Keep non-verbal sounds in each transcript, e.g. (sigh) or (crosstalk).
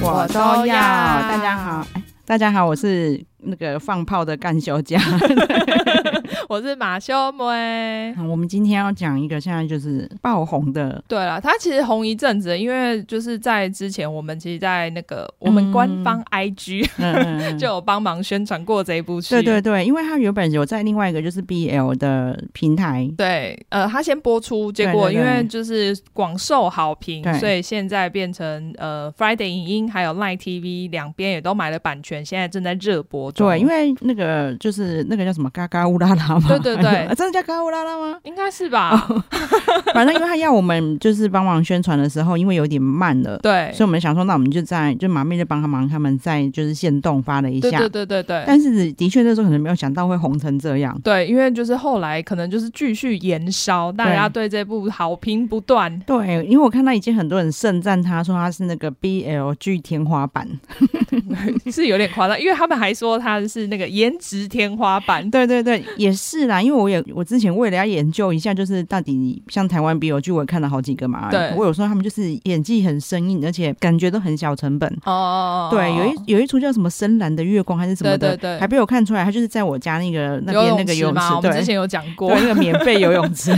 我都要。大家好，哎大家好，我是那个放炮的干休假。我是马修梅。 (laughs) 我们今天要讲一个现在就是爆红的，对了，他其实红一阵子，因为就是在之前，我们其实，在那个我们官方 IG、 (laughs) 嗯， (laughs) 就有帮忙宣传过这一部剧。对对对，因为它原本有在另外一个就是 BL 的平台，对，呃，他先播出，结果对因对对为就是广受好评对，所以现在变成呃 Friday 影音还有 Line TV 两边也都买了版权，现在正在热播中。对，因为那个就是那个叫什么嘎嘎乌拉拉嘛，对对 (laughs) 对啊真的叫嘎嘎乌拉拉吗？应该是吧？哦反正因为他要我们就是帮忙宣传的时候，因为有点慢了，对 (laughs) 所以，我们想说，那我们就在就马妹就帮他忙，他们在就是现动发了一对下，对对对对。但是的确那时候可能没有想到会红成这样。对，因为就是后来可能就是继续延烧，大家对这部好评不断。对，因为我看到已经很多人盛赞他说他是那个 BL 剧天花板，是有点夸张，因为他们还说他是那个颜值天花板。对对对，也是啦，因为我也我之前为了要研究一下，就是到底像台湾 BL 剧，我也看了好几个嘛，对我有时候他们就是演技很生硬，而且感觉都很小成本。哦哦哦，对，有一有一出叫什么《深蓝的月光》还是什么的，对对对还被我看出来，他就是在我家那个哦那边那个游游泳泳池池嘛，，我对们之前有讲过对，那个免费游泳池，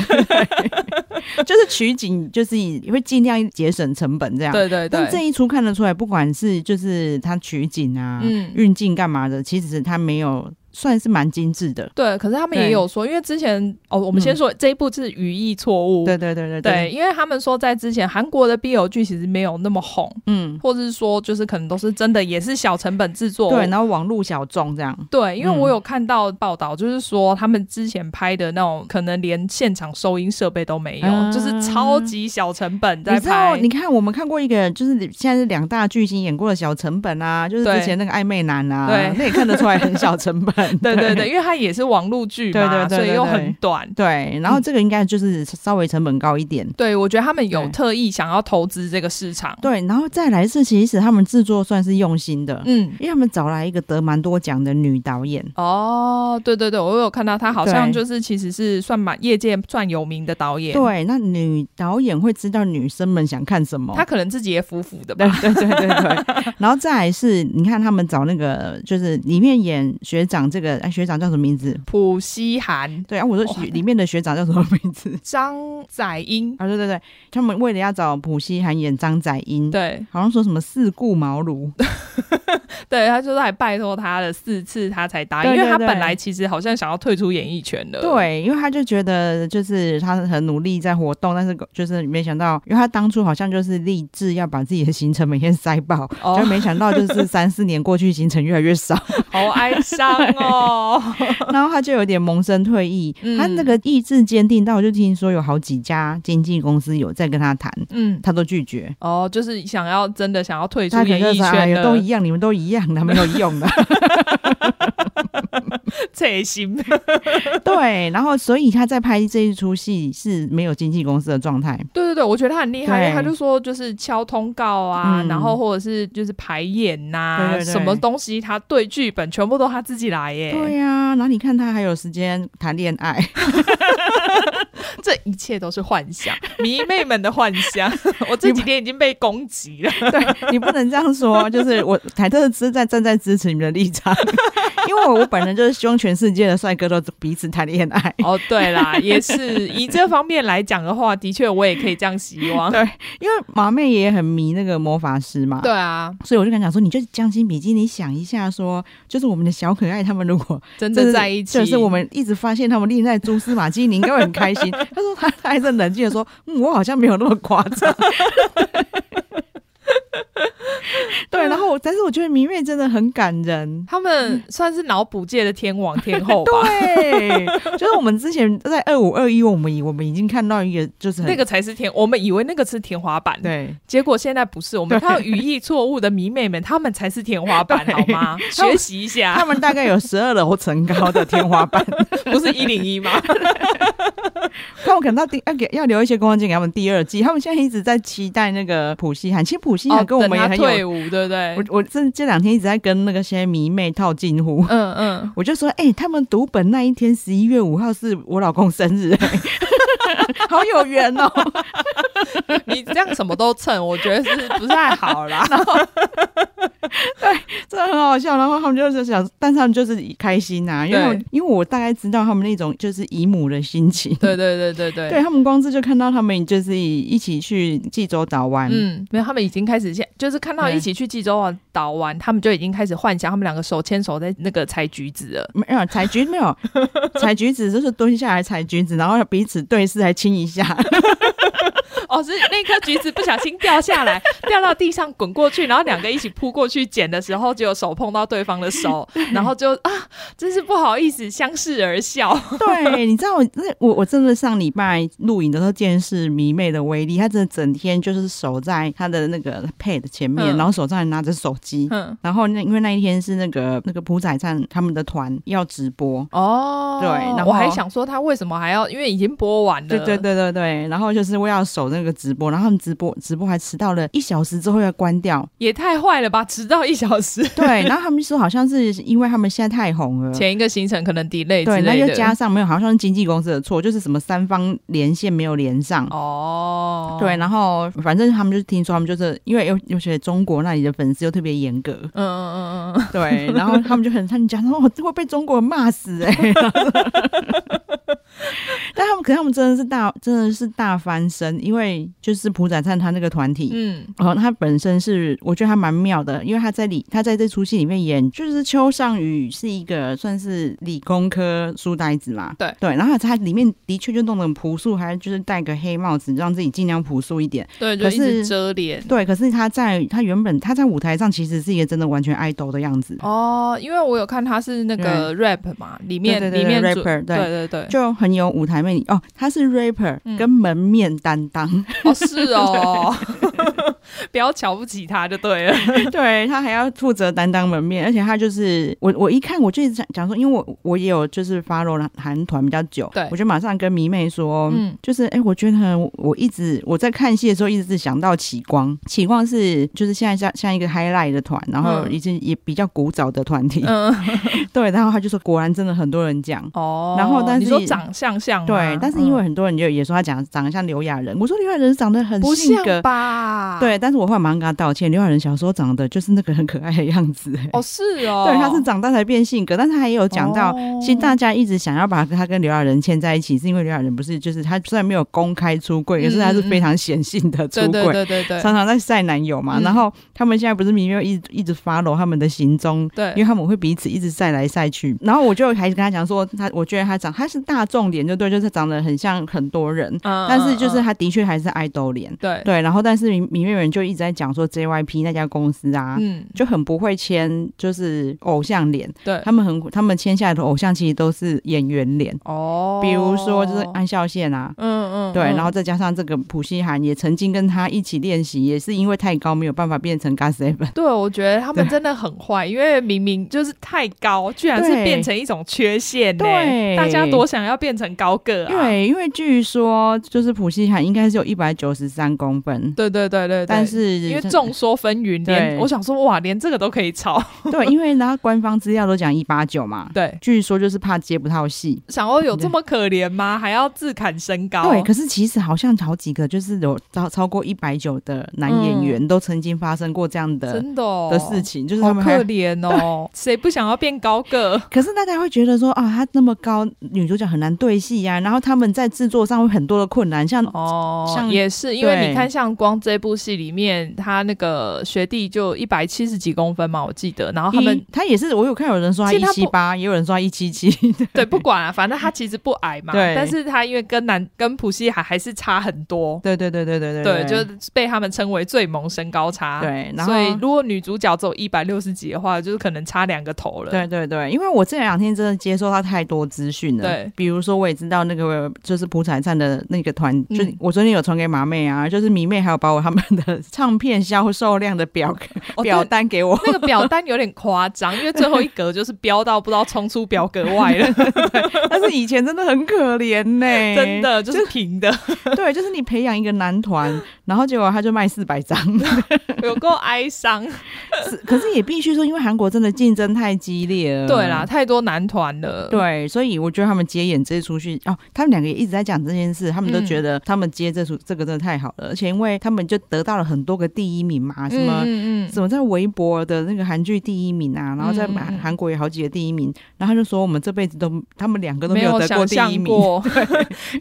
(laughs) 就是取景，就是以会尽量节省成本这样。对对但对，这一出看得出来，不管是就是它取景啊、嗯运镜干嘛的，其实它没有算是蛮精致的。对，可是他们也对嗯有说，因为之前哦，我们先说、这一部是语义错误，对对对对对，，因为他们说在之前韩国的 BL 剧其实没有那么红，嗯，或者是说就是可能都是真的也是小成本制作，对，然后网络小众这样。对，因为嗯我有看到报道，就是说他们之前拍的那种，可能连现场收音设备都没有，嗯就是超级小成本在你知道，拍。你看我们看过一个，就是现在是两大巨星演过的小成本啊，就是对之前那个暧昧男啊，对。那也看得出来很小成本 (laughs) (laughs) 对对对，因为它也是网络剧嘛，对对对所以又对对很短。对，然后这个应该就是稍微成本高一点。对，我觉得他们有对特意想要投资这个市场。对，然后再来是，其实他们制作算是用心的，嗯，因为他们找来一个得蛮多奖的女导演。哦，对对对，我有看到他好像对就是其实是算蛮业界算有名的导演，对，那女导演会知道女生们想看什么。他可能自己也服服 (laughs) 的对吧。对对对对， (laughs) 然后再来是，你看他们找那个，就是里面演学长这个，哎，学长叫什么名字？普希涵、对啊，我说哇学里面的学长叫什么名字？ (laughs) 张载英，啊，对对对，他们为了要找普希涵演张载英，对，呃好像说什么事故茅庐，对，他就是还拜托他了四次，他才答应，对因为他对对本来其实好像想要退出演艺圈 (laughs) 的。对，因为他就觉得就是他很努力在活动，但是就是没想到，因为他当初好像就是立志要把自己的行程每天塞爆，哦就没想到就是三四年过去，行程越来越少，好哀伤 (laughs) 哦。 (laughs) 然后他就有点萌生退役。嗯他那个意志坚定到，我就听说有好几家经纪公司有在跟他谈，嗯，他都拒绝。哦，就是想要真的想要退出他可能演就艺是哎圈呦，都的一样，你们都一样的，没有用的。 (laughs) 这心。对，然后所以他在拍这一出戏是没有经纪公司的状态。对对对，我觉得他很厉害，对因为他就说就是敲通告啊，嗯然后或者是就是排演呐、对对对什么东西他对剧本全部都他自己来耶。对呀、然后你看他还有时间谈恋爱。 (laughs) 这一切都是幻想，迷妹们的幻 (laughs) 想。我这几天已经被攻击了。对你不能这样说，就是我凯特是在站在支持你们的立场， (laughs) 因为我本人就是希望全世界的帅哥都彼此谈恋爱。 (laughs) 哦，对啦，也是以这方面来讲的话，的确我也可以这样希望。对，因为马妹也很迷那个魔法师嘛， (laughs) 对啊，所以我就跟她讲说，你就将心比心，你想一下说就是我们的小可爱他们如果真就的是在一起，就是我们一直发现他们恋爱蛛丝马迹，你应该会很开心。她说她她还是很冷静的说，嗯，我好像没有那么夸张。 (laughs) 对，然后我，但是我觉得迷妹真的很感人，他们算是脑补界的天王天后 (laughs) 吧。对， (laughs) 就是我们之前在二五二一，我们已我们已经看到一个就是很那个才是天，我们以为那个是天花板，，对。结果现在不是。我们看到语义错误的迷妹们，他们才是天花板，好吗？ (laughs) 他们学习一他下，们大概有十二楼层高的天花板，不是一零一 (laughs) 吗？那我可能到第要给要留一些公关金给他们第二季。他们现在一直在期待那个普希涵，其实普希涵跟我们也哦等他很有。退伍，对不对？我我这这两天一直在跟那个些迷妹套近乎， (laughs) 嗯 (laughs) 嗯，我就说，哎、他们读本那一天十一月五号是我老公生日、 (laughs) 哎好有缘哦。 (laughs) 你这样什么都蹭，我觉得是不太好啦。真的很好笑。然后他们就是想，但是他们就是开心啊呐、因为对因为我大概知道他们那种就是姨母的心情。 (laughs) 对对对对对。对他们光是就看到他们就是一起去济州岛玩，啊嗯，没有，他们已经开始现，就是看到对一起去济州玩岛玩，他们就已经开始幻想他们两个手牵手在那个采橘子了。没有采橘没有采橘子，就是蹲下来采橘子，然后彼此对视还亲一 (laughs) 下。哦，是那颗橘子不小心掉下 (laughs) 来，掉到地上滚过去，然后两个一起扑过去捡的时候，结果手碰到对方的 (laughs) 手，然后就啊，真是不好意思，相视而笑。对，你知道我那我我真的上礼拜录影的时候见识迷妹的威力，她真的整天就是守在她的那个 pad 前面，嗯然后手上还拿着手机。嗯，然后那因为那一天是那个那个朴宰站他们的团要直播，哦，对然后我还想说他为什么还要，因为已经播完了。对对对对对，然后就是为了要守那个直播，然后他们直播直播还迟到了一小时之后要关掉，也太坏了吧！迟到一小时， (laughs) 对，然后他们说好像是因为他们现在太红了。前一个行程可能 delay 对，之那类又的。加上没有，好像是经纪公司的错，就是什么三方连线没有连上，哦，对，然后反正他们就是听说他们就是因为有有些中国那里的粉丝又特别严格， (laughs) 嗯嗯嗯嗯嗯，对，然后他们就很他们讲说我哦会被中国人骂死哎、欸， (laughs) 但他们可是他们真的是大真的是大翻身，因为就是朴宰灿他那个团体。嗯。然哦后他本身是，我觉得他蛮妙的，因为他在里，他在这出戏里面演，就是邱尚宇是一个算是理工科书呆子嘛，对对，然后他里面的确就弄得很朴素，还就是戴个黑帽子，让自己尽量朴素一点。对，就可一直是遮脸。对，可是他在他原本他在舞台上其实是一个真的完全爱豆的样子，哦，因为我有看他是那个 rap 嘛，里面对对对里面对主 rapper，对对对对，就很有舞台魅力哦。他是 rapper 嗯跟门面担当，哦是 (laughs) 哦，不要瞧不起他就对了。 (laughs) 对他还要负责担当门面，而且他就是我我一看我就一直讲讲说，因为我我也有就是 follow 韩团比较久，对我就马上跟迷妹说，嗯就是哎、我觉得我我一直我在看戏的时候一直想到启光，启光是就是现在像像一个 highlight 的团，然后嗯已经也比较古早的团体，嗯， (laughs) 对，然后他就说果然真的很多人讲。哦， (laughs) 然后但是你说长相像吗对，但是因为嗯很多人就也说他讲长得像刘亚仁，我说刘亚仁长得很不性像格，吧？，对，但是我后来马上跟他道歉，刘亚仁小时候长得就是那个很可爱的样子、欸哦是哦，对，他是长大才变性格，但是他也有讲到，哦其实大家一直想要把他跟刘亚仁牵在一起，是因为刘亚仁不是就是他虽然没有公开出柜，可是他是非常显性的出嗯对对柜。对对对常常在晒男友嘛，嗯然后他们现在不是明明一直一直 follow 他们的行踪，因为对，他们会彼此一直晒来晒去，然后我就还跟他讲说，他我觉得他长他是大众脸就对，就是长得很像很多人，嗯但是就是嗯嗯嗯他的确还是爱豆脸，对，对，然后但是米米月人就一直在讲说 JYP 那家公司啊。嗯就很不会签，就是偶像脸。对他，们很，他们签下来的偶像其实都是演员脸，哦，比如说就是安孝燮啊，嗯嗯，对，嗯然后再加上这个朴熙涵也曾经跟他一起练习，也是因为太高没有办法变成 (laughs) GOT7。对，我觉得他们真的很坏，因为明明就是太高，居然是对变成一种缺陷、呢。对大家多想要变成高个啊！因为因为据说就是普希涵应该是有一百九十三公分，对对对对对，但是因为众说纷纭，对连我想说哇，连这个都可以吵。 (laughs) 对，因为然后官方资料都讲一八九嘛，对，据说就是怕接不到戏。想说有这么可怜吗？还要自砍身高？对，可是其实好像好几个就是有超超过一百九的男演员都曾经发生过这样的、嗯真的、哦、的事情，就是他好们可还。怜哦，谁不想要变高 (laughs) 个？可是大家会觉得说啊，他那么高，女主角很难对戏呀、然后他们在制作上会很多的困难，像哦，像也是因为对你看，像光这部戏里面，他那个学弟就一百七十几公分嘛，我记得，然后他们一他也是，我有看有人说他其一实他不七八，也有人说他一七七， (laughs) (laughs) 对，不管啊，反正他其实不矮嘛，对但是他因为跟南跟普希海还是差很多，对对对对对对对，就是被他们称为最萌身高差。，对，然后所以如果女主角只有一百六十几的话，就是可能差两个头了。对对对，因为我这两天真的接收到太多资讯了。对，比如说我也知道那个就是朴彩灿的那个团，嗯就是我昨天有传给麻妹啊，就是迷妹还有把我他们的 (laughs) 唱片销售量的表 (laughs) 哦，表对单给我。那个表单有点夸张，因为最后一格就是标到不知道冲出表格外 (laughs) 了，但是以前真的很可怜呢、 (laughs) 真。的就是平 (laughs) 的，对，就是你培养一个男团，然后结果他就卖四百张， (laughs) 有够哀伤。是可是也必须说，因为韩国真的竞争太激烈了。对啦，。太多男团了。嗯对，所以我觉得他们接演这出戏哦，他们两个也一直在讲这件事，他们都嗯觉得他们接这出、这个真的太好了，而且因为他们就得到了了很多个第一名嘛，什么嗯嗯怎么在微博的那个韩剧第一名啊，然后在嗯嗯嗯韩韩国有好几个第一名，然后他就说我们这辈子都他们两个都没有得想第一象名， (laughs) 嗯过，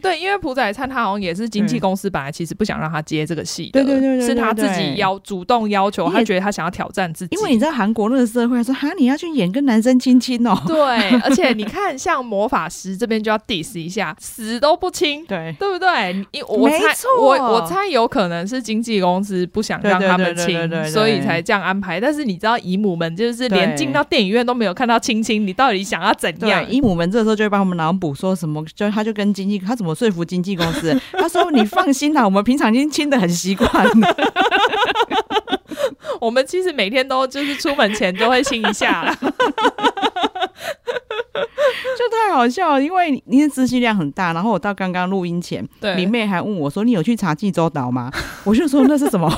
对，因为朴宰灿他好像也是经纪公司本来其实不想让他接这个戏的，对对对对对是他自对己要主动要求，因为他觉得他想要挑战自己，因为你知道韩国那个社会说哈你要去演跟男生亲亲哦， (laughs) 对，而且你看，像魔法师这边就要 diss 一下，死都不亲。 (laughs) 对。对不对？因我没猜，错我我猜有可能是经纪公司不想让对对他对们对亲对对，对所以才这样安排。但是你知道，姨母们就是对连进到电影院都没有看到亲亲，你到底想要怎样对，？啊姨母们这时候就会帮我们脑补，说什么？就他就跟经纪，他怎么说服经纪公司？他说：“ (laughs) 你放心啦，我们平常已经亲的很习惯了。我们其实每天都就是出门前都会亲一下 (laughs) 啦。”就太好笑了，因为你的资讯量很大。然后我到刚刚录音前，对，你妹还问我说：“你有去查济州岛吗？” (laughs) 我就说：“那是什么？”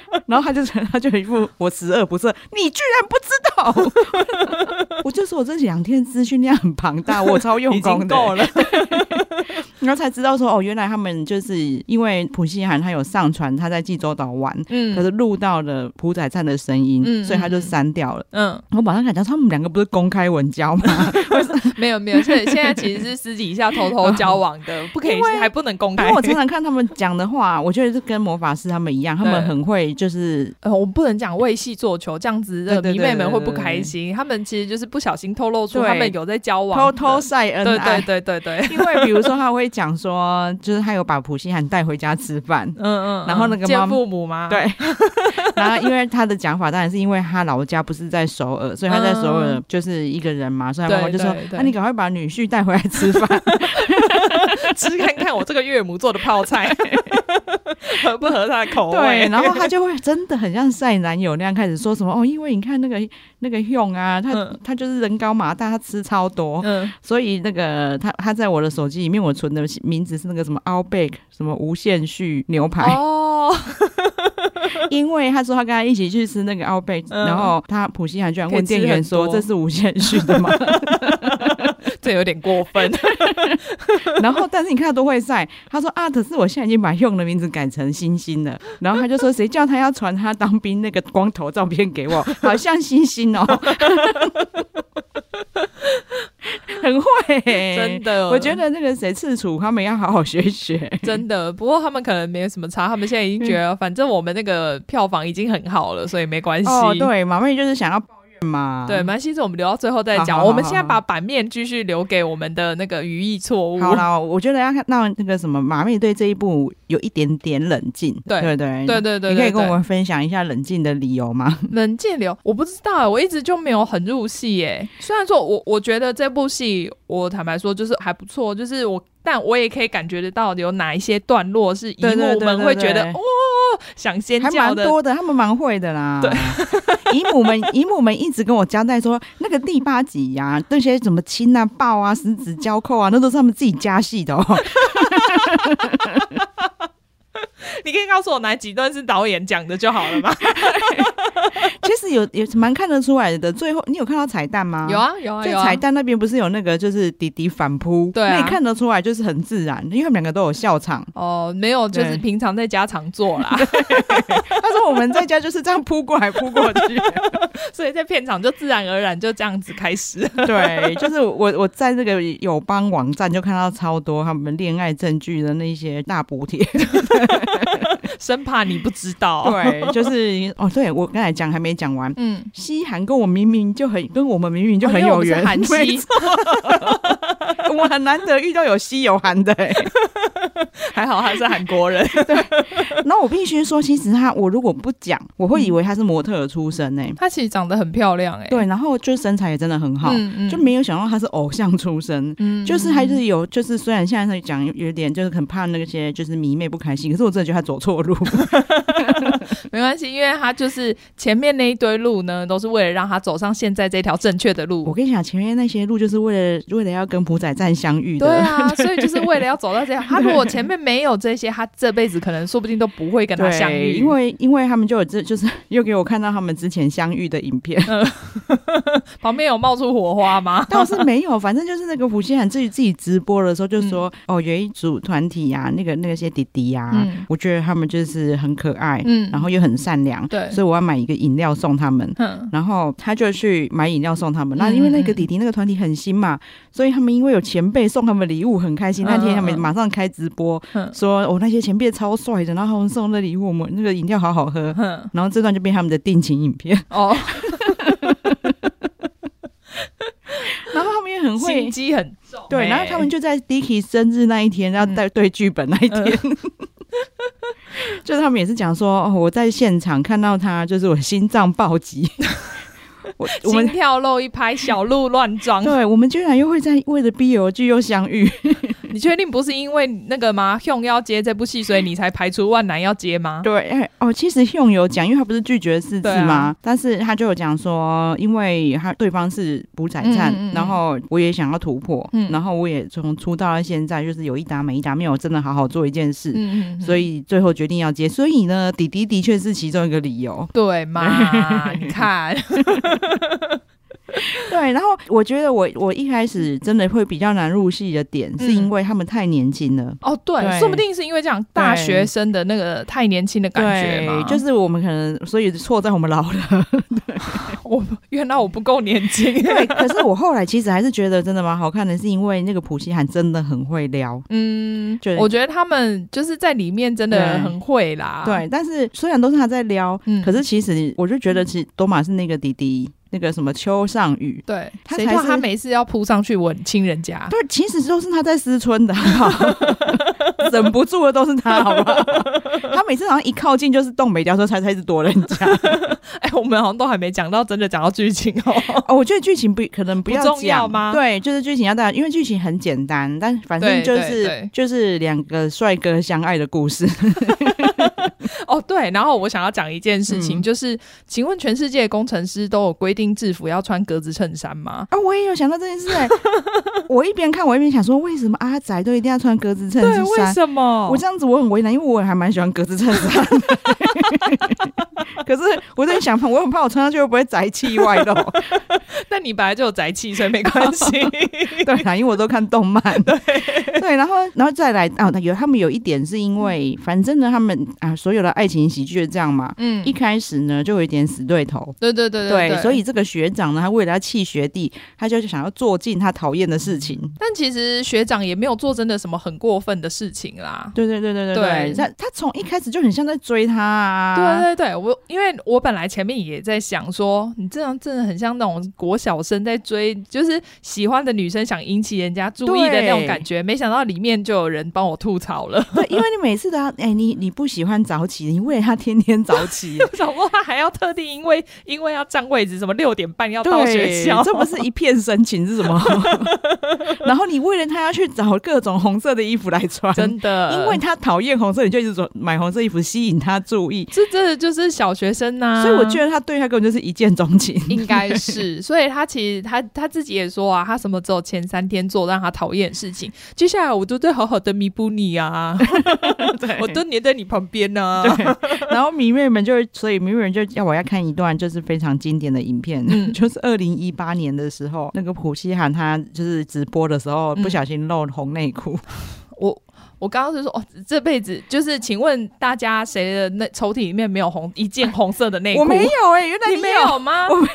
(laughs) 然后他就他就一副我十恶不赦，你居然不知道。 (laughs) 我就说我这两天资讯量很庞大，我超用已功经的，(laughs) 够了。然后才知道说哦，原来他们就是因为普希涵他有上传他在济州岛玩，可嗯是录到了朴宰灿的声音，嗯所以他就删掉了。嗯，我马上感觉他们两个不是公开文交吗？没有没有，所以现在其实是私底下偷偷交往 (laughs) 的，不可以因为还不能公因开为。我常常看他们讲的话，我觉得是跟魔法师他们一样，他们对很会就是 (laughs) 呃，我们不能讲为戏做球，这样子的对对迷对妹对们会对不对开心。他们其实就是不小心透露出对他们有在交往偷的，偷晒恩对爱对。对 (laughs) 对对，因为比如说他会讲说，就是他有把普希涵带回家吃饭，嗯嗯。然后那个嗯见妈父母吗？，对，然后因为他的讲法当然是因为他老家不是在首尔，所以他在首尔嗯就是一个人嘛，所以他妈妈就说啊对对：“对那、你赶快把女婿带回来吃 (laughs) 饭。 (laughs) 吃看看我这个岳母做的泡菜 (laughs) 合不合他的”口对，味。然后他就会真的很像晒男友那样开始说什么：“哦，因为你看那个那个用啊，他、嗯他就是人高马大，他吃超多，(laughs) (laughs) 嗯，所以那个他他在我的手机里面我存的名字是那个什么 Outback 什么无限续牛排。哦， (laughs) 因为他说他跟他一起去吃那个奥贝，嗯然后他普希涵居然可问以吃店员说很多这是无限续的吗？ (laughs) 这有点过分。然后但是你看他都会晒，他说啊，可是我现在已经把用的名字改成星星了。然后他就说谁叫他要传他当兵那个光头照片给 (laughs) 我，好像星星哦， (laughs) 很会欸、 (laughs) 真的我觉得那个谁赤楚他们要好好学一学。 (laughs) 真的，不过他们可能没有什么差，他们现在已经觉得，嗯反正我们那个票房已经很好了，所以没关系。哦，对，马妹就是想要抱怨嘛，对，没关系，这我们留到最后再好讲。好好我们现在好把版面继续留给我们的那个语义错误。好啦，我觉得要看到那个什么马妹对这一部有一点点冷静，对对不对对对对对，你可以跟对我们分享一下冷静的理由吗？冷静流，我不知道，我一直就没有很入戏耶。虽然说我我觉得这部戏，我坦白说就是还不错，就是我，但我也可以感觉得到有哪一些段落是姨对对母对们对会觉得对哦想尖还叫蛮的。多的，他们蛮会的啦。对， (laughs) 姨母们姨母们一直跟我交代说，那个第八集呀、那些什么亲啊、抱啊、十指交扣啊，那都是他们自己加戏 (laughs) 的哦。你可以告诉我哪几段是导演讲的就好了吗？其实有也蛮看得出来的。最后 (laughs) 你有看到彩蛋吗？有。啊有啊就有啊彩，蛋那边不是有那个就是迪迪反扑，对啊那你看得出来就是很自然，因为他们两个都有笑场。哦，没有，就是对平常在家常做 (laughs) 啦，他说我们在家就是这样扑过来扑过 (laughs) 去，所以在片场就自然而然就这样子开始。 (laughs) 对，就是我我在那个友邦网站就看到超多他们恋爱证据的那些大补贴，生怕你不知道。，对，就是哦，对我刚才讲还没讲完。嗯，西韩跟我明明就很跟我们明明就哦很因为我有们是缘，韩西 (laughs) 没错我很难得遇到有西有韩的、 (laughs) 欸。还好他是韩国人。然后我必须说，其实他我如果不讲，我会以为他是模特儿出身呢、欸她其实长得很漂亮哎、对，然后就身材也真的很好，嗯嗯就没有想到他是偶像出身。嗯就是还是有，就是虽然现在讲有点就是很怕那些就是迷妹不开心，可是我真的觉得他走错路。 (laughs) 嗯没关系，因为她就是前面那一堆路呢，都是为了让她走上现在这条正确的我路。跟你讲，前面那些路就是为了为了要跟朴宰站相遇对啊的。 (laughs) 啊，所以就是为了要走到这样。她如果前面没有这些，他这辈子可能说不定都不会跟他对，相遇，因为因为他们就有这就是 (laughs) 又给我看到他们之前相遇的影片， (laughs) 旁边有冒出火花吗？倒是没有，反正就是那个胡锡涵自己自己直播的时候就嗯说，哦，有一组团体呀、那个那些弟弟呀、嗯我觉得他们就是很可爱，嗯然后又很善良，对所以我要买一个饮料送他们。哼，然后他就去买饮料送他们。那嗯因为那嗯个弟弟那个团体很新嘛，所以他们因为有前辈送他们礼物，很开心。嗯那天他们嗯马上开直播，嗯说哦那些前辈超帅的，然后他们送的礼物，我们那个饮料好好喝。哼，然后这段就变他们的定情影片，哦，嗯 (laughs) 然后他们也很会心。机很重，对，欸然后他们就在 Dicky 生日那一天，要嗯带对剧本那一天， (laughs) 就是他们也是讲说，哦，我在现场看到他，就是我心脏暴 (laughs) 击，我我心们跳漏一拍，小鹿乱撞。对，我们居然又会在为了 BL 剧又相嗯遇，你确定不是因为那个吗？用要接这部戏，所以你才排除万难要接吗？ (laughs) 对，哎、哦，其实 Hyun 有讲，因为他不是拒绝四次对啊吗？但是他就有讲说，因为他对方是补仔战，嗯嗯嗯然后我也想要突破，嗯然后我也从出道到现在，就是有一搭没一搭，没有真的好好做一件事。嗯所以。以最后决定要接，所以呢，弟弟的确是其中一个理由对 (laughs) 嘛？你看，对，然后我觉得我我一开始真的会比较难入戏的点，是因为他们太年轻了。哦，对，对说不定是因为这样大学生的那个太年轻的感觉嘛，就是我们可能，所以错在我们老了。我原来我不够年 (laughs) 轻，对， (laughs) 可是我后来其实还是觉得真的蛮好看的，是因为那个普希涵真的很会撩。嗯就，我觉得他们就是在里面真的对很会啦，对，但是虽然都是他在撩，嗯可是其实我就觉得，其实多玛是那个弟弟，那个什么邱尚宇。对，他谁才叫是他每次要扑上去吻亲人家？对，其实都是他在思春的， (laughs) 好不好忍不住的都是他，好不 (laughs) 好？他每次好像一靠近就是动没掉，说才才一直躲人家。 (laughs) 哎、我们好像都还没讲到真的讲到剧情哦。哦，我觉得剧情不可能不要不重要讲吗对，就是剧情要大家，因为剧情很简单，但反正对就对是对就是两个帅哥相爱的故事。 (laughs) 哦，对，然后我想要讲一件事情，嗯就是，请问全世界的工程师都有规定制服要穿格子衬衫吗？啊，我也有想到这件事 (laughs) 哎、我一边看，我一边想说，为什么阿宅都一定要穿格子衬对，为衫？什么？我这样子我很为难，因为我还蛮喜欢格子衬 (laughs) 衫的。可是我在想，我很怕我穿上去会不会宅气外露。但你本来就有宅气，所以没关 (laughs) 系。对啦，因为我都看 (laughs) 动漫。对对，然后然后再来啊，有他们有一点是因为，反正呢，他们啊，所有的爱情喜剧就这样嘛。嗯 (laughs) 一，开始呢，就有一点死对头。对对对对，所以这个学长呢，他为了要气学弟，他就想要做尽他讨厌的事情。但其实学长也没有做真的什么很过分的事情啦。对对对对对对他他从一开始就很像在追他啊，对对对，我因为我本来前面也在想说，你这样真的很像那种国小生在追，就是喜欢的女生想引起人家注意的那种感觉，没想到里面就有人帮我吐槽了，对因为你每次都要，哎、你你不喜欢早起，你为了他天天早起。啊 (laughs) 想说他还要特地因为因为要占位置，什么六点半要到学对，校，这不是一片深情是什么？然后你为了他要去找各种红色的衣服来穿， (laughs) 真的，因为他讨厌红色，你就一直说买红色衣服吸引他注意，这真的就是小学生呐、所以我觉得他对他根本就是一见钟 (laughs) 情。应该是，所以他其实他他自己也说啊，他什么只有前三天做让他讨厌的事情，接下来我都在好好的弥补你 (laughs) 啊，对我都黏在你旁边呢、啊。对，然后迷妹们就会，所以迷妹们就要我要看一段就是非常经典的影片，(laughs) 嗯就是二零一八年的时候，那个普希涵他就是直播的时候嗯不小心露红内裤，我我刚刚是说，哦，这辈子就是，请问大家谁的那抽屉里面没有红一件红色的内裤？我没有哎、原来你没有，有啊吗我？没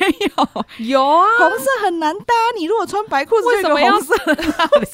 有， (laughs) 有啊，红色很难搭，你如果穿白裤子就为什有么一个要红色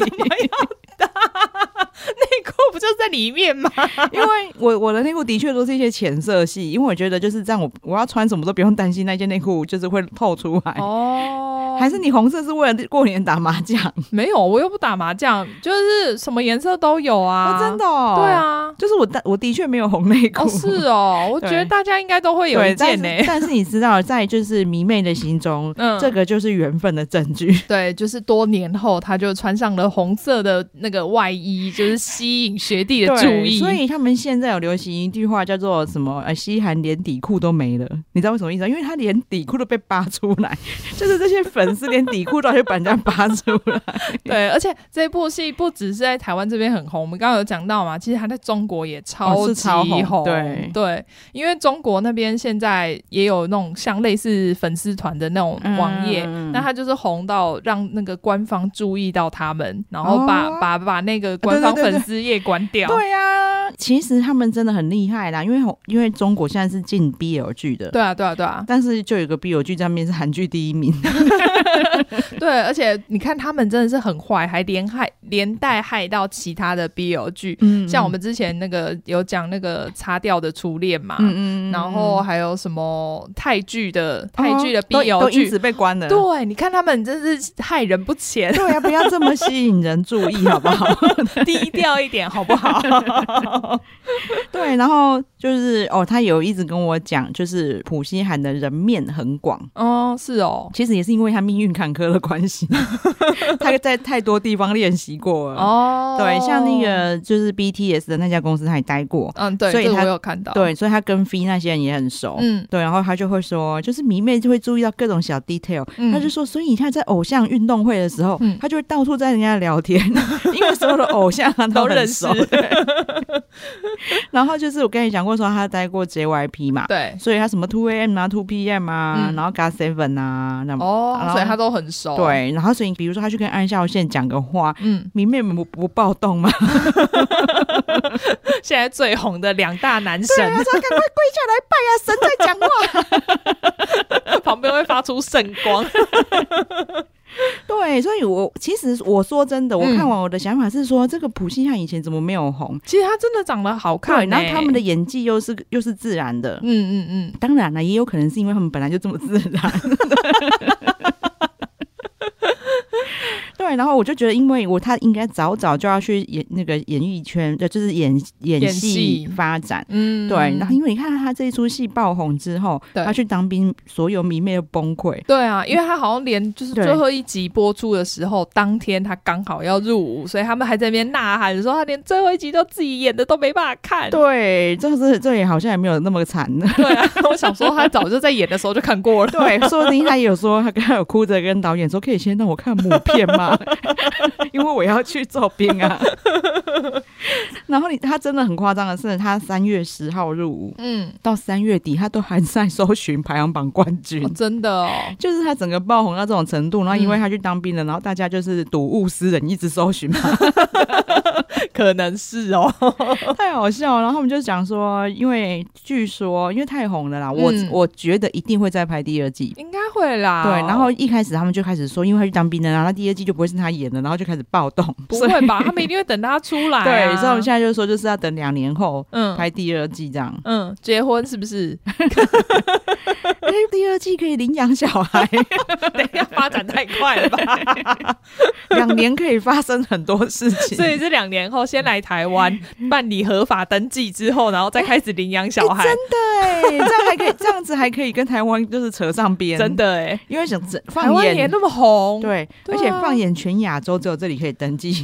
的那里， (laughs) 内裤不就在里面吗？因为我我的内裤的确都是一些浅色系，因为我觉得就是这样我，我要穿什么都不用担心那件内裤就是会透出来。哦还是你红色是为了过年打麻将？没有，我又不打麻将，就是什么颜色都有啊，哦，真的、哦，对，啊。就是我的我的确没有红内裤、哦，是哦，我对觉得大家应该都会有对，欸一但件是呢、 (laughs) 但是你知道，在就是迷妹的心中，嗯这个就是缘分的证据。对，就是多年后，他就穿上了红色的那个外衣，就是吸引学弟的对，注意。所以他们现在有流行一句话叫做什么？呃，西韩连底裤都没了，你知道为什么意思吗？因为他连底裤都被扒出来， (laughs) 就是这些粉丝连底裤都要去把人家扒出来。 (laughs) 对，而且这部戏不只是在台湾这边很红，我们刚刚有讲到嘛，其实它在中国也哦超是级超红对啊对因为中国那边现在也有那种像类似粉丝团的那种网页，嗯那它就是红到让那个官方注意到他们，然后把、哦把把那个官方对对对粉丝页关掉。对呀、其实他们真的很厉害啦，因为红因为中国现在是进 BL 剧的，对啊，对啊，对 (laughs) 啊，但是就有一个 BL 剧上面是韩剧第一名，对，而且你看他们真的是很坏，还连害连带害到其他的 BL 剧，嗯 (laughs) 像我们之前那个有讲那个擦掉的初恋嘛，嗯嗯嗯然后还有什么泰剧的泰剧的哦都 BL 都因剧，此被关了。对，你看他们真是害人不浅，对啊呀、不要这么吸引人注意，好不 (laughs) 好？低调一点好不好？对，然后就是哦，他有一直跟我讲，就是普希涵的人面很广， (laughs) 哦，是哦，其实也是因为他命运坎坷的关 (laughs) 系，他在太多地方练习过了。哦，对，像那，个就是 BTS 的那家公司，他也待过，嗯，对，所以这个他我有看到，，对，所以他跟 V 那些人也很熟。嗯，对，然后他就会说，就是迷妹就会注意到各种小 detail，、嗯他就说，所以你看在偶像运动会的时候，嗯他就会到处在人家聊 (laughs) 天，因为所有的偶像他都很认熟识对然后就是我跟你讲过说，他待过 JYP 嘛， (laughs) 对，所以他什么 Two AM 啊、Two PM 啊，嗯然后 GOT Seven 啊，那么、哦然，后所以他都很熟，，对，然后所以比如说他去跟安孝燮讲个话。嗯，迷妹们不不暴动吗？现在最红的两大男神，他说：“赶快跪下来拜啊，神在讲话。旁边会发出圣光，”对，所以我其实我说真的，我嗯看完我的想法是说，这个普希汉以前怎么没有红？ (laughs) 其实他真的长得好看欸、对，然后他们的演技又是又是自然的。嗯，嗯嗯当然了，也有可能是因为他们本来就这么自然。 (laughs) 对，然后我就觉得，因为我他应该早早就要去演那个演艺圈，呃就是演演演戏戏发展。嗯，对，然后因为你看他这一出戏爆红之后，对他去当兵，所有迷妹都崩溃。对啊，因为他好像连就是对最后一集播出的时候，当天他刚好要入伍，所以他们还在那边呐喊说他连最后一集都自己演的都没办法看。对，就是这也好像也没有那么惨。 (laughs) 对啊，我想说他早就在演的时候就看过了。 (laughs) 对，说不定他也有说，他刚才有哭着跟导演说，可以先让我看母片 (laughs) 吗？因为我要去做兵 (laughs) 啊。然后你他真的很夸张的是，他三月十号入伍， (laughs) 嗯、到三月底他都还在搜寻排行榜冠军哦。真的哦，就是他整个爆红到这种程度，然后因为嗯他去当兵了，然后大家就是睹物思人，一直搜寻嘛， (laughs) 可能是哦。 (laughs) 太好笑了。然后他们就讲说，因为据说因为太红了啦，我嗯我觉得一定会再拍第二季， (laughs) 应该会啦。对，然后一开始他们就开始说，因为他去当兵了，然后他第二季就不会是他演的，然后就开始暴动。不所以会吧？他们一定会等他出 (laughs) 来、啊。对，所以我们现在就说，就是要等两年后嗯拍第二季这样。 (laughs) 嗯，结婚是不是？哎、第二季可以领养小孩， (laughs) (laughs) 等一下发展太快了吧？两年可以发生很多事情。 (laughs) (laughs) 所以这两年后先来台 (laughs) 湾办理合法登记之后，然后再开始领养小孩，对，这样还可以，这样子还可以跟台湾就是扯上边，真，的哎、因为想这台放湾也眼那么红，对，对而且啊放眼全亚洲，只有这里可以登 (laughs) 记，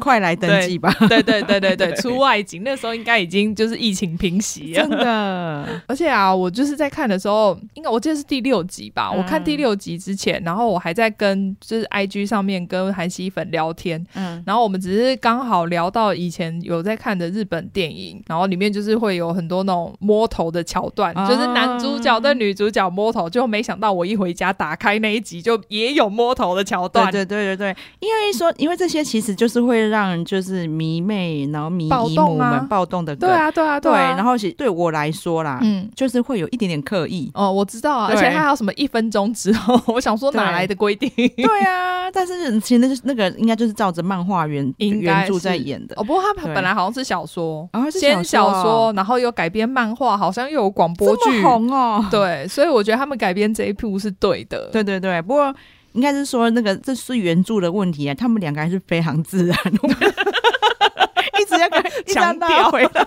快来登对记吧， (laughs) 对对对 (laughs) 对对，出外景那时候应该已经就是疫情平息真了。的。而且啊，我就是在看的时候，应该我记得是第六集吧。嗯我看第六集之前，然后我还在跟就是 IG 上面跟韩熙粉聊天，嗯，然后我们只是刚好聊到以前有在看的日本电影，然后里面就是会有很多那种摸头的桥段，啊就是男主角跟女主角摸头，就没想到我一回家打开那一集就也有摸头的桥段，对对对对对，因为说，因为这些其实就是会让就是迷妹，然后迷暴姨动母啊们暴动的梗，对啊对啊对。啊，然后其对我来说啦，嗯。就是会有一点点刻 (laughs)。意哦，我知道啊，而对且它还有什么一分钟之后， (laughs) 我想说哪对来的规定？对啊，但是其实那就是那个应该就是照着漫画原应该原著在是演的哦，，不过它对本来好像是小说，然后先小说，然后又改编漫画，好像又有广播哦这剧，么红哦，对，所以我觉得他们改编这一部是啊对的。对对对，不过。应该是说那个这是原著的问题啊，他们两个还是非 (laughs) 常自然，一直要跟一直要强拉 (laughs) 调回来，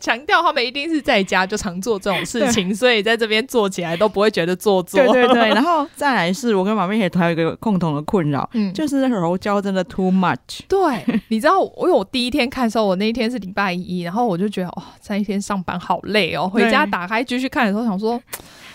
强调他们一定是在家就常做这种事情，所以在这边做起来都不会觉得做作。 (laughs) 对对 (laughs) 对，然后再来是我跟马妹也还有一个共同的困扰，嗯就是那柔焦真的 too much。对，你知道，因为我第一天看的时候，我那一天是礼拜一，然后我就觉得，哦，这一天上班好累哦。回家对打开继续看的时候，想说，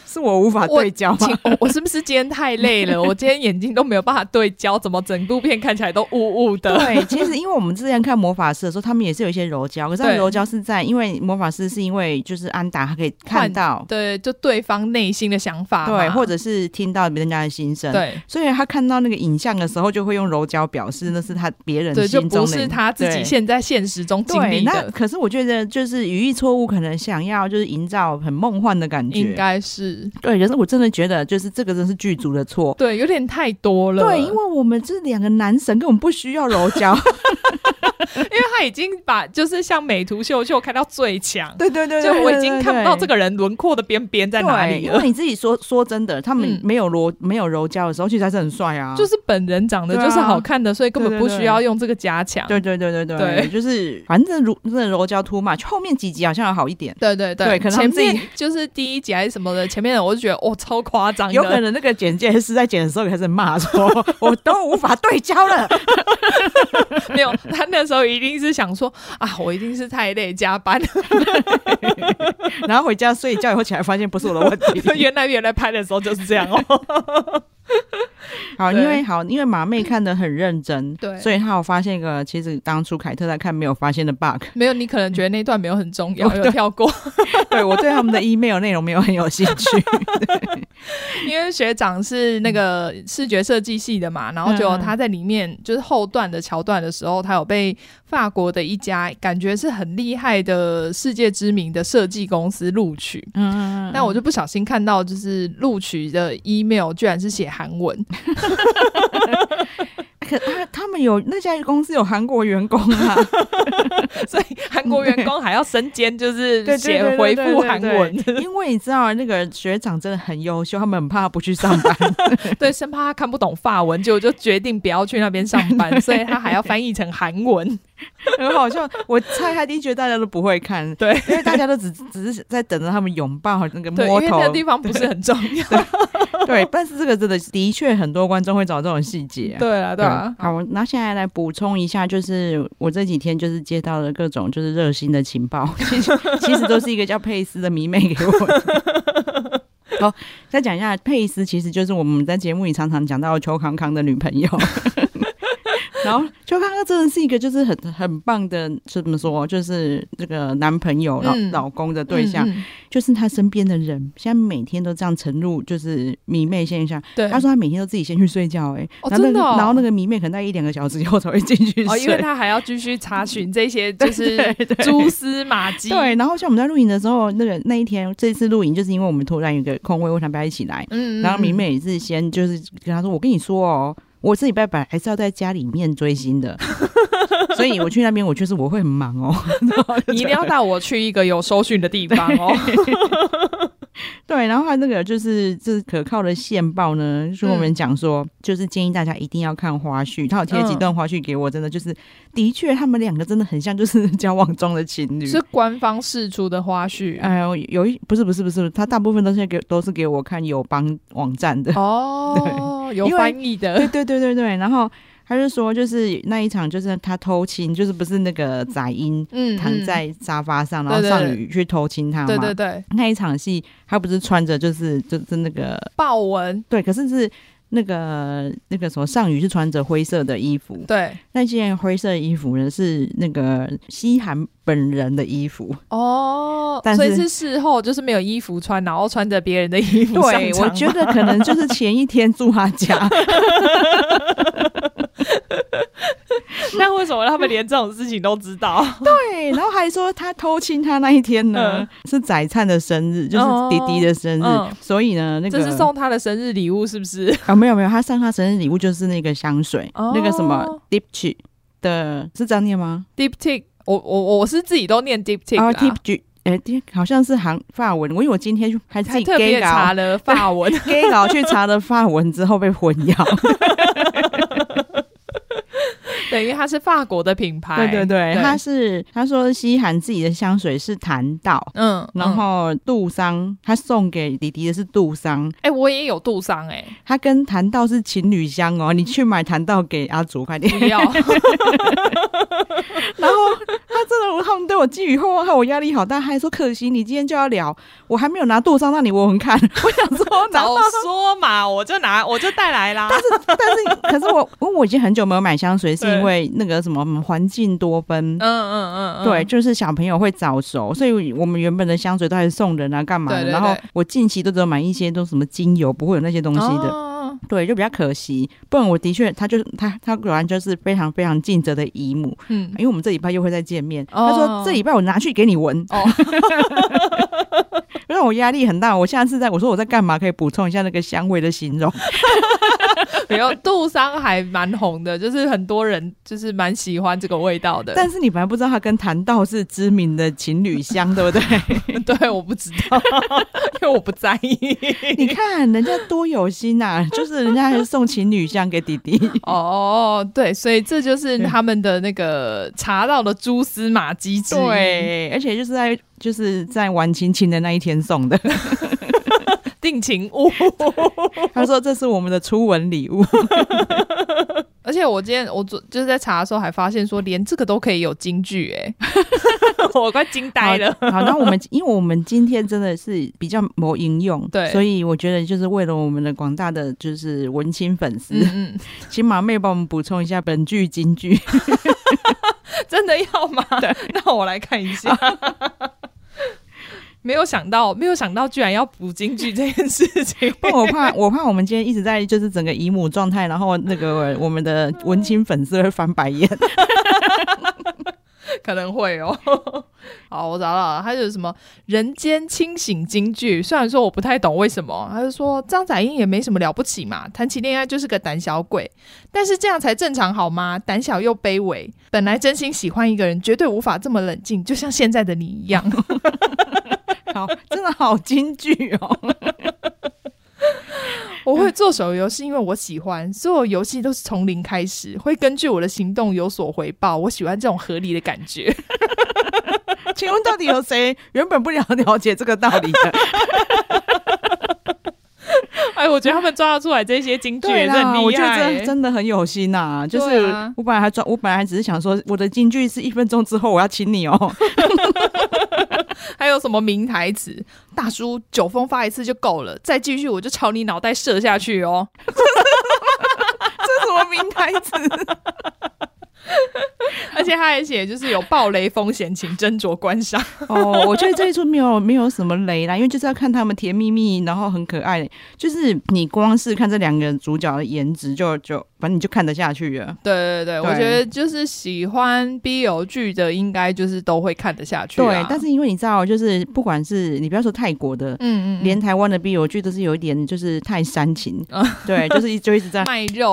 是我无法我对焦吗请？我我是不是今天太累了？我今天眼睛都没有办法对焦，怎么整部片看起来都雾雾的？ (laughs) 对，其实因为我们之前看魔法师的时候，他们也是有一些柔焦，可是他们对柔焦是在因为魔法师是因为就是安达他可以看换到，对，就对方内心的想法嘛，对，或者是听到别人家的心声，，对所以他看到那个影像的时候，就会用柔焦表示那是他别人对，就心不中的，是他自己对现在现实中经对，历那的，可是我觉得就是语义错误，可能想要就是营造很梦幻的感应觉，该是对。可是我真的觉得就是这个真是剧组的错，对，有点太多 (laughs) 了。对，因为我们这两个男神根本不需要柔焦，因为他已经把就是像美图秀秀开到最强， (laughs) 对对对 (laughs) 就对，我已经看不到这个。个人轮廓的边边在对哪里因了为。你自己说说真的，他们嗯没有柔、没有柔焦的时候，其实还是很帅啊。就是本人长得对就啊是好看的，所以根本对对不对需要用这个加强。 (laughs) 对对对对对，对就是反正如那柔焦 too much，后面几集好像有好一点，对对对可能他前们自己面就是第一集还是什么的，前面的我就觉得哦超夸张的，有可能那个剪接师在剪的时候开始骂 (laughs) 说，我都无法对焦了。没有他那时候一定是想说啊，我一定是太累加班，然后回家睡觉以后起来，发现不是我的问 (laughs) 题。 (laughs) 原来原来拍的时候就是这样哦。好，对因为好，因为马妹看得很认真， (laughs) 对所以她有发现一个其实当初凯特在看没有发现的 (laughs) bug。没有，你可能觉得那段没有很重要，哦有跳过，对我对他们的 email 内容没有很有兴趣。 (laughs) 因为学长是那个视觉设计系的嘛，然后嗯结果他在里面就是后段的桥段的时候，他有被法国的一家感觉是很厉害的世界知名的设计公司录取，嗯，但我就不小心看到，就是录取 (laughs) 的 email 居然是写韩文，可他他们有那家公司有韩国员工啊，所以韩国员工还要身兼 (laughs) 就 (laughs) 是对对写对对回对复对韩对文，因为你知道那个学长真的很优秀，他们很怕他不去上 (laughs) 班。 (laughs) 对，生怕他看不懂法文，结果就决定不要去那边上班，所以他还要翻译成韩 (laughs) 文。很好笑。我猜他一定觉得大家都不会看，对，因为大家都只只是在等着他们拥抱那个对，摸因为那头个，地方不是很重要。对。 (laughs) 但是这个真的的确很多观众会找这种细节、啊。对啊，对啊，好，我那现在来补充一下，就是我这几天就是接到了各种就是热心的情报， (laughs) 其实其实都是一个叫佩斯的迷妹给我的。 (laughs) 好，再讲一下佩斯，其实就是我们在节目里常常讲到邱康康的女朋友。 (laughs) 然后邱康康真的是一个就是很很棒的，怎么说，就是这个男朋友老、嗯老公的对象，嗯嗯就是他身边的人，现在每天都这样沉入就是迷妹现象。对，他说他每天都自己先去睡觉、欸，哎、嗯哦然后那真的个、哦然后那个迷妹可能在一两个小时以后才会进去睡，哦，因为他还要继续查询这些就 (laughs) 是对对蛛丝马 (laughs) 迹。对，然后像我们在露营的时候，那个那一天这次露营，就是因为我们突然有一个空位，我想不要一起来，嗯，嗯然后迷，嗯妹也是先就是跟他说，我跟你说哦。我这礼拜本来还是要在家里面追星 (laughs) 的，所以我去那边，我就是我会很忙哦。 (laughs) 你一定要带我去一个有搜讯的 (laughs) 地方哦。对，然后他那个就是就是可靠的线报呢，就是我嗯们讲说，就是建议大家一定要看花絮。他有贴几嗯段花絮给我，真的就是，的确他们两个真的很像，就是 (laughs) 交往中的情侣。是官方释出的花絮。 (laughs) 哎呦，有一不是不是不是，他大部分都是给都是给我看友邦网站的。哦，有因为翻译的对 (laughs) 对对对对，然后他就说，就是那一场就是他偷亲，就是不是那个宰英嗯，嗯躺在沙发上，然对后对上对宇去偷亲他嘛。对对对那一场戏，他不是穿着就是就是那个豹纹，对，可是是那个那个什么上宇是穿着灰色的衣服，对那件灰色衣服呢是那个西韩本人的衣服。哦，但所以是是事后就是没有衣服穿，然后穿着别人的衣服上对，场我觉得可能就是前一天住他 (laughs) 家，那为什么他们连这种事情都知道？对，然后还说他偷亲他那一天呢、嗯是宰灿的生日，就是迪迪的生日，哦嗯所以呢那个 (laughs) 这是送他的生日礼物是不是？ (laughs) 啊没有没有，他送他生日礼物就是那个香水，哦那个什么 Deep Chi 的，是这样念吗？ Diptic，我我我是自己都念 Diptic 啊啦。 ，Deep Chi。哎，好像是韩法文，我因为我今天还自还己特 gay 别搞查了法文， (laughs) gay (laughs) 佬去查了发文之后被混淆，等于它是法国的品牌，对对对，对他是他说西韩自己的香水是檀道，嗯，然嗯后杜桑，他送给迪迪的是杜桑，哎、我也有杜桑哎、他跟檀道是情侣香哦，你去买檀道给阿祖快点。不要， (laughs) 然后他真的，他们对我寄予厚望，害我压力好大，还说可惜你今天就要聊，我还没有拿杜桑让你闻闻看。 (laughs) 我想说拿 (laughs) 早到，说嘛，我就拿我就带来啦。但是可是我，因为我已经很久没有买香水，是对因为那个什么环境多酚嗯。嗯嗯嗯，对，就是小朋友会早熟，所以我们原本的香水都还是送人啊，干嘛的？对对对然后我近期都只有买一些都什么精油，不会有那些东西的。哦对，就比较可惜。不然我的确，他就是他，他果然就是非常非常尽责的姨母。嗯因，为我们这礼拜又会再见面，哦他说这礼拜我拿去给你闻，哦， (laughs) 让我压力很大。我下次在我说我在干嘛，可以补充一下那个香味的形容。没有，杜桑还蛮红的，就是很多人就是蛮喜欢这个味道的。但是你本来不知道他跟谭道是知名的情侣香，对不对？ (laughs) 对，我不知道， (laughs) 因为我不在意。你看人家多有心呐、就是人家还送情侣香给弟 (laughs) 弟。哦，对，所以这就是他们的那个查到的蛛丝马迹之一。对，而且就是在就是在玩亲亲的那一天送的。 (laughs) 定情物。他说这是我们的初吻礼物。 (laughs) 而且我今天我昨就是在查的时候还发现说，连这个都可以有京剧 (laughs) 哎、我快惊 (laughs) 呆了。好，那我们因为我们今天真的是比较没应用，对所以我觉得就是为了我们的广大的就是文青粉丝，嗯嗯， (laughs) 请马妹帮我们补充一下本剧 (laughs) 金句。 (laughs) 真的要吗？那我来看一 (laughs) 下。没有想到，没有想到，居然要补京剧这件事情。不然我怕我怕我们今天一直在就是整个姨母状态，然后那个我们的文青粉丝会翻白眼。 (laughs) 可能会哦。 (laughs) 好，我找到了，他就是什么人间清醒京剧，虽然说我不太懂为什么，他就说张载英也没什么了不起嘛，谈起恋爱就是个胆小鬼，但是这样才正常好吗？胆小又卑微，本来真心喜欢一个人，绝对无法这么冷静，就像现在的你一样。 (laughs) 好，真的好金句哦。我会做手游是因为我喜欢，所有游戏都是从零开始，会根据我的行动有所回报，我喜欢这种合理的感觉。 (laughs) 请问到底有谁原本不了了解这个道理的？哎，我觉得他们抓得出来这些金句也对是很厉害啦，欸，我觉得真真的很有心呐、就对是啊我本来还抓，我本来还只是想说，我的金句是一分钟之后我要请你哦。还有什么名台词？大叔，酒疯发一次就够了，再继续我就朝你脑袋射下去哦！ (laughs) 这什么名台词？而且他还写就是有暴雷风险，请斟酌观赏。哦，我觉得这一出没有没有什么雷啦，因为就是要看他们甜蜜蜜，然后很可爱。就是你光是看这两个主角的颜值就，就反正你就看得下去了。对对对对，我觉得就是喜欢 BL 剧的，应该就是都会看得下去啊嗯啦。对，但是因为你知道，就是不管是你不要说泰国的，嗯嗯嗯，连台湾的 B 我剧都是有一点就是太煽情，对，就是一就一直在， (laughs) 卖肉，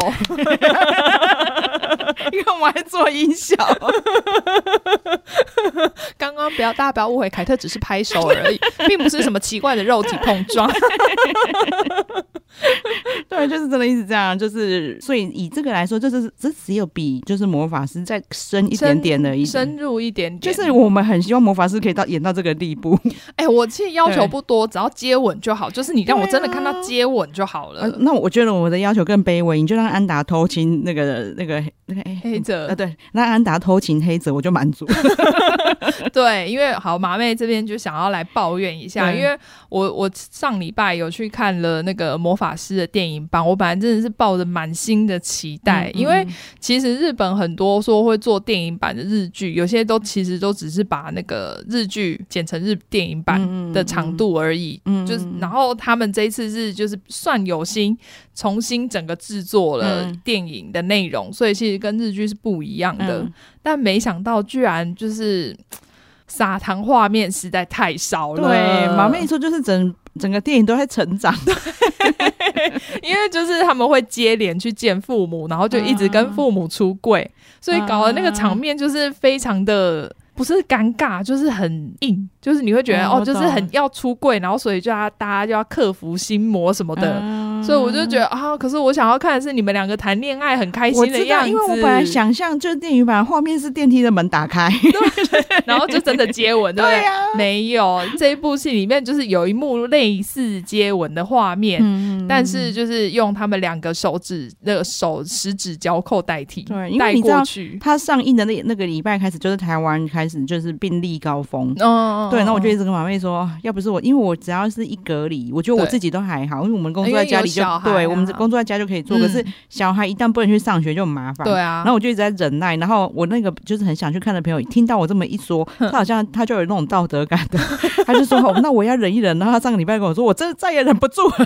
因为我还做音效， (laughs) 刚刚不要大家不要误会，凯特只是拍手 (laughs) 而已，并不是什么奇怪的肉体碰撞。 (laughs) 对，就是真的一直这样，就是所以以这个来说，就是这只有比就是魔法师再深一点点而已。深入一点就点，是我们很希望魔法师可以到演到这个地步，哎、我其实要求对不多，只要接吻就好，就是你让我真的对啊看到接吻就好了。呃那我觉得我的要求更卑微，你就让安达偷亲那个那个那个黑泽啊，对，让安达偷亲黑泽，我就满足。 (laughs) 对，因为好麻妹这边就想要来抱怨一下，对因为我我上礼拜有去看了那个魔法师的电影版，我本来真的是抱着满心的期待，嗯因为其实日本很多说会做电影版的日剧，有些都其实都只是把那个日剧剪成日电影版嗯嗯的长度而已，嗯就是嗯然后他们这一次是就是算有心重新整个制作了嗯电影的内容，所以其实跟日剧是不一样的。嗯但没想到居然就是撒糖画面实在太少了。对，马妹，说就是整整个电影都在成长，因为就是他们会接连去见父母，然后就一直嗯跟父母出柜，所以搞得那个场面就是非常的。不是尴尬，就是很硬，就是你会觉得、哦哦，我就懂是很要出柜，然后所以就要大家就要克服心魔什么的，嗯所以我就觉得啊，可是我想要看的是你们两个谈恋爱很开我心的知样道，子，因为我本来，想象就是电影版画面是电梯的门打开， (laughs) 然后就真的接吻，对 (laughs) 不对啊对？呀、没有，这一部戏里面就是有一幕类似接吻的画面，嗯但是就是用他们两个手指那个手食指交扣代替，对因为带你知道 (laughs) 过去，它上映的那那个礼拜开始，就是台湾开始就是病例高峰。嗯，对，然后我就得一直跟马妹说，哦要不是我，因为我只要是一隔离，我觉得我对自己都还好，因为我们工因作为在家里就有小孩对，我们啊嗯工作在家就可以做。可是小孩一旦不能去上学就很麻烦。对。啊，然后我就一直在忍耐，然后我那个就是很想去看的朋友，听到我这么一说，他好像他就有那种道德感的， (laughs) 他就说、哦那我要忍一忍。然后他上个礼拜跟我说，我真的再也忍不住了，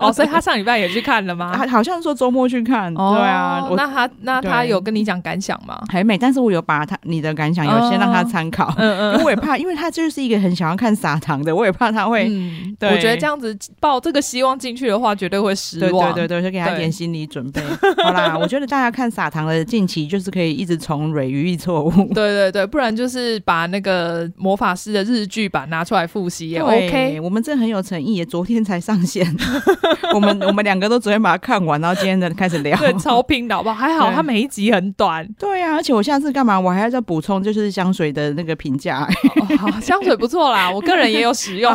(laughs) 哦，所以他上礼拜也去看了吗？他好像说周末去看，啊哦对啊，我那他那他对有跟你讲感想吗？还没，但是我有把他你的感想有先让他参考，嗯因为我也怕，因为他就是一个很想要看撒糖的，我也怕他会。嗯，对我觉得这样子抱这个希望进去的话，绝对会失对望。对对对，就给他一点对心理准备。好啦，我觉得大家看撒糖的近期就是可以一直重蕊语义错误。 (laughs) 对对对不然就是把那个魔法师的日剧版拿出来复习也对哦 OK。我们这很有诚意，也昨天才上线。 (laughs) 我们我们两个都昨天把它看完，然后今天的开始聊。对，超拼的好不好？还好对它每一集很短。对啊，而且我下次干嘛？我还要再补充，就是香水的那个评价。 (laughs) 哦好香水不错 (laughs) 啦，我个人也有使 (laughs) 用。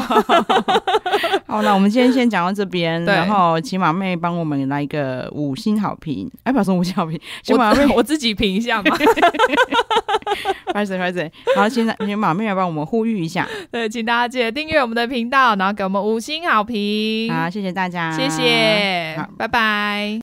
好了，我们今天先讲到这边，对然后骑马妹帮我们来一个五星好评，哎，不要说五星好评，骑马妹， (laughs) 我我自己评一下嘛。拍谁拍谁，然后现在骑马妹来帮我们呼吁一下， (laughs) 对，请大家记得订阅我们的频道，然后给我们五星好评。好，谢谢大家，谢。谢好，拜拜。